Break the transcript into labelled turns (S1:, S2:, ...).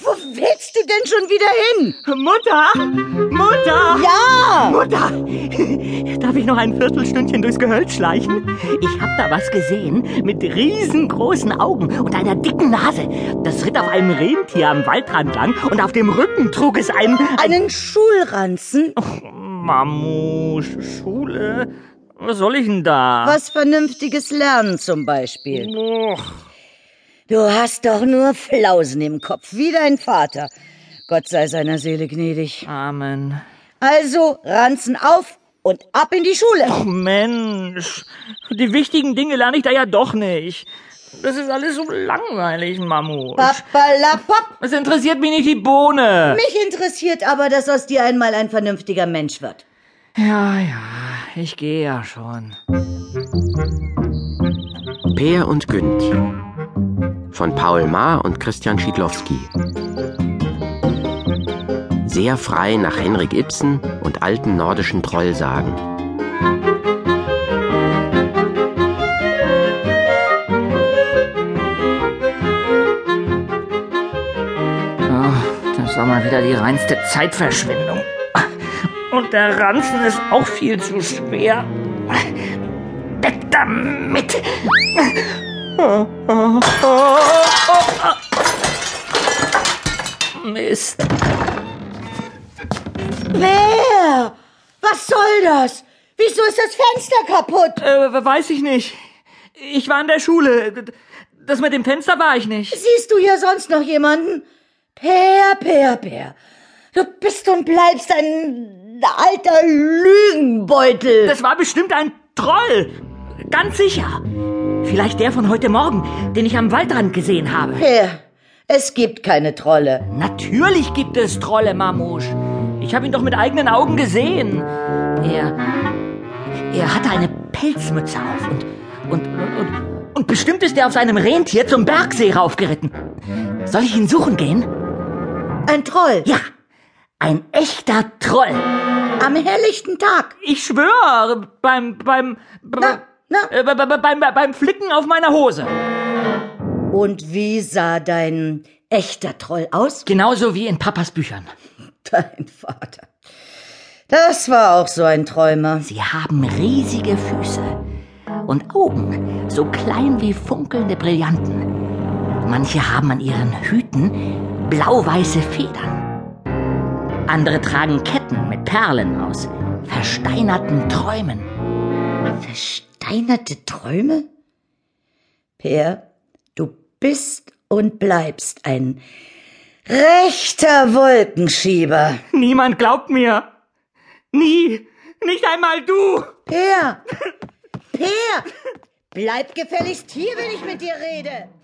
S1: Wo willst du denn schon wieder hin?
S2: Mutter! Mutter!
S1: Ja!
S2: Mutter! Darf ich noch ein Viertelstündchen durchs Gehölz schleichen? Ich hab da was gesehen mit riesengroßen Augen und einer dicken Nase. Das ritt auf einem Rentier am Waldrand lang und auf dem Rücken trug es einen...
S1: Einen Schulranzen?
S2: Oh, Mamu, Schule? Was soll ich denn da?
S1: Was Vernünftiges lernen zum Beispiel.
S2: Och.
S1: Du hast doch nur Flausen im Kopf, wie dein Vater. Gott sei seiner Seele gnädig.
S2: Amen.
S1: Also, Ranzen auf und ab in die Schule.
S2: Oh Mensch, die wichtigen Dinge lerne ich da ja doch nicht. Das ist alles so langweilig, Mamu.
S1: Papalapap.
S2: Es interessiert mich nicht die Bohne.
S1: Mich interessiert aber, dass aus dir einmal ein vernünftiger Mensch wird.
S2: Ja, ja, ich gehe ja schon.
S3: Peer und Günd von Paul Maar und Christian Schiedlowski. Sehr frei nach Henrik Ibsen und alten nordischen Trollsagen.
S2: Ah, das war mal wieder die reinste Zeitverschwendung. Und der Ranzen ist auch viel zu schwer. Weg damit! Mist.
S1: Wer? Was soll das? Wieso ist das Fenster kaputt?
S2: Äh, weiß ich nicht. Ich war in der Schule. Das mit dem Fenster war ich nicht.
S1: Siehst du hier sonst noch jemanden? Per, per, per. Du bist und bleibst ein alter Lügenbeutel.
S2: Das war bestimmt ein Troll. Ganz sicher. Vielleicht der von heute Morgen, den ich am Waldrand gesehen habe.
S1: Per, es gibt keine Trolle.
S2: Natürlich gibt es Trolle, Mamusch. Ich habe ihn doch mit eigenen Augen gesehen. Er. Er hatte eine Pelzmütze auf und. Und. Und, und bestimmt ist er auf seinem Rentier zum Bergsee raufgeritten. Soll ich ihn suchen gehen?
S1: Ein Troll.
S2: Ja. Ein echter Troll.
S1: Am helllichten Tag.
S2: Ich schwöre, beim, beim,
S1: Na, na.
S2: äh, be- be- beim, beim Flicken auf meiner Hose.
S1: Und wie sah dein echter Troll aus?
S2: Genauso wie in Papas Büchern.
S1: Dein Vater. Das war auch so ein Träumer.
S2: Sie haben riesige Füße und Augen, so klein wie funkelnde Brillanten. Manche haben an ihren Hüten blau-weiße Federn. Andere tragen Ketten mit Perlen aus versteinerten Träumen.
S1: Versteinerte Träume? Per, du bist und bleibst ein rechter Wolkenschieber.
S2: Niemand glaubt mir. Nie. Nicht einmal du.
S1: Per, Per, bleib gefälligst hier, wenn ich mit dir rede.